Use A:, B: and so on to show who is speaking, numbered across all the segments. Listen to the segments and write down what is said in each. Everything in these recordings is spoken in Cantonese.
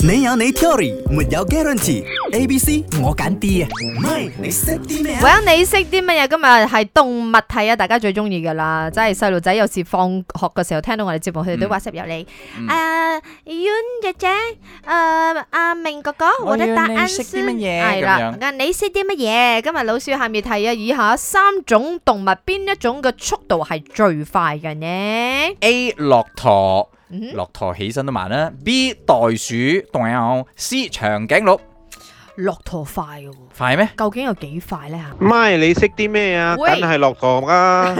A: 你有你 theory，沒有 guarantee。A、B、C 我揀 D 啊，唔係你識啲咩啊？
B: 喂，你識啲乜嘢？今日係動物題啊，大家最中意噶啦，即係細路仔有時放學嘅時候聽到我哋節目，佢哋都
C: 嗯
B: WhatsApp 入嚟。
C: 嗯
B: 誒，Yun 姐姐，誒阿明哥哥，我的答案是係啦，
C: 咁
B: 咁你識啲乜嘢？今日老師下面睇啊，以下三種動物邊一種嘅速度係最快嘅呢？
C: A 骆驼，
B: 嗯
C: 骆驼起身都慢啦。B 袋鼠，喵。C 長頸鹿，
B: 骆驼快喎，
C: 快咩？
B: 究竟有幾快呢？
D: 唔係你識啲咩啊？梗
B: 喂
D: 係駱 駝啦，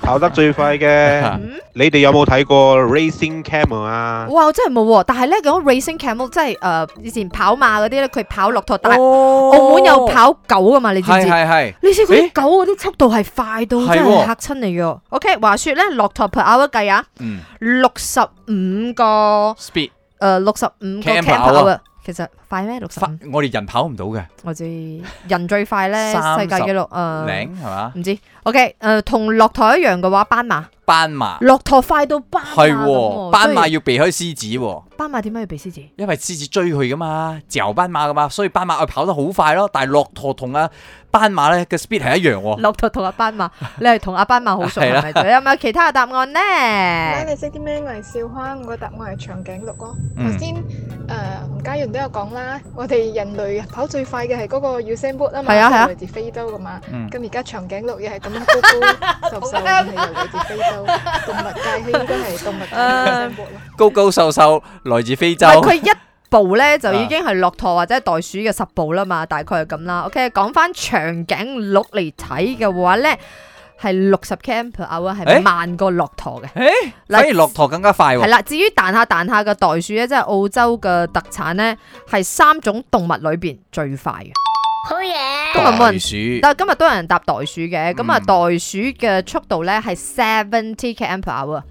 D: 跑得最快嘅。
B: 嗯
D: 你哋有冇睇過 Racing Camel 啊？
B: 哇，我真係冇喎，但係咧講 racing camel 即係誒以前跑馬嗰啲咧，佢跑骆驼，但係
C: 哦
B: 澳門有，跑狗噶嘛，你知唔
C: 係
B: 知？
C: 係係。
B: 你知嗰啲
C: 咦
B: 狗嗰啲速度係快到
C: 係
B: 真係
C: 喎
B: 嚇親你㗎。OK，話說咧，骆驼 per hour 計啊，
C: 嗯
B: 六十五個
C: ，speed
B: 誒六十五個
C: Camp
B: camp
C: hour
B: 啊。其實快咩？六十
C: 快
B: 五，
C: 我哋人跑唔到嘅，
B: 我知人最快咧，
C: 30
B: 世界紀錄誒，
C: 領係嘛？
B: 唔知。OK，誒同骆驼一樣嘅話，斑馬，
C: 斑馬
B: 骆驼快到斑馬
C: 啊係
B: 咁
C: 喎，
B: 喎
C: 斑馬
B: 所以
C: 要避開獅子喎，
B: 斑馬點解要俾獅子？
C: 因為獅子追佢噶嘛，嚼斑馬噶嘛，所以斑馬佢啊跑得好快咯。但係駱駝同啊斑馬咧嘅 speed 係一樣喎。
B: 骆驼同阿斑 馬，你係同阿斑馬好熟
C: 係啦
B: 係咪？你有冇其他嘅答案
E: 咧，
B: 呢？
E: 你識啲咩？我係笑花，我答案係長頸鹿咯。
C: 嗯
E: 頭先誒吳家潤都有講啦，我哋人類跑最快嘅係嗰個 Usain Bolt 啊嘛，
B: 係啊係啊
E: 就嚟自非洲噶嘛。
C: 嗯
E: 咁而家長頸鹿又係咁樣高高瘦瘦，係又嚟自非洲。動物界佢應該係動物界嘅 Usain Bolt 咯。
C: 高高瘦瘦，來自非
B: 唔
C: 洲。
B: 係佢一步咧就已經係骆驼或者係袋鼠嘅十步啦嘛，大概係咁啦。OK，講翻長頸鹿嚟睇嘅話咧，係六十 km per hour 係
C: 誒
B: 慢過骆驼嘅。
C: 誒，反而駱駝更加快
B: 係
C: 喎。
B: 啦，至於彈下彈下嘅袋鼠咧，即係澳洲嘅特產咧，係三種動物裏邊最快嘅。
C: 嗯
F: 好嘢，
B: 今日冇人
C: 袋鼠
B: 但係今日都有人答袋鼠嘅，咁啊
C: 嗯
B: 袋鼠嘅速度咧係 seventy km per hour，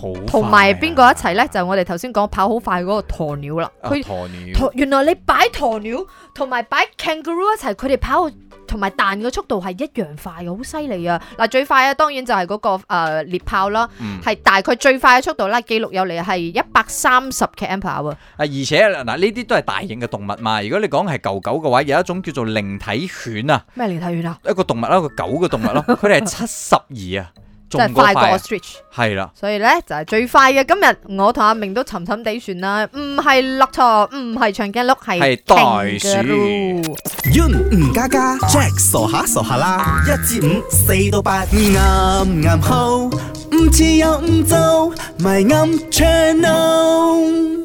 C: 好快啊，
B: 同埋邊個一齊咧？就我哋頭先講跑好快嗰個鴕鳥啦，
C: 啊？
B: 佢
C: 鴕鳥
B: 鴕原來你擺鴕鳥同埋擺 kangaroo 一齊，佢哋跑同埋彈嘅速度係一樣快嘅，好犀利啊！嗱，最快啊，當然就係嗰、個誒、呃、獵豹啦，
C: 嗯
B: 係、大概最快嘅速度啦，記錄有嚟係一百三十 km per hour 啊。
C: 啊，而且嗱呢啲都係大型嘅動物嘛。如果你講係狗狗嘅話，有一種叫做靈體犬啊，
B: 咩靈體犬啊？
C: 一個動物啦，一個狗嘅動物 咯，佢哋係七十二啊，
B: 即
C: 仲
B: 係
C: 過
B: 快過
C: 快啊，
B: stretch，
C: 係啦。
B: 所以咧就係、最快嘅。今日我同阿明都沉沉地算啦，唔係骆駝，唔係長頸鹿，係
C: 係袋鼠
B: kangaroo。
A: Yun 吳家家，Jack 傻下傻下啦，一至五，四到八，啱啱好，唔似有唔做，咪啱 channel。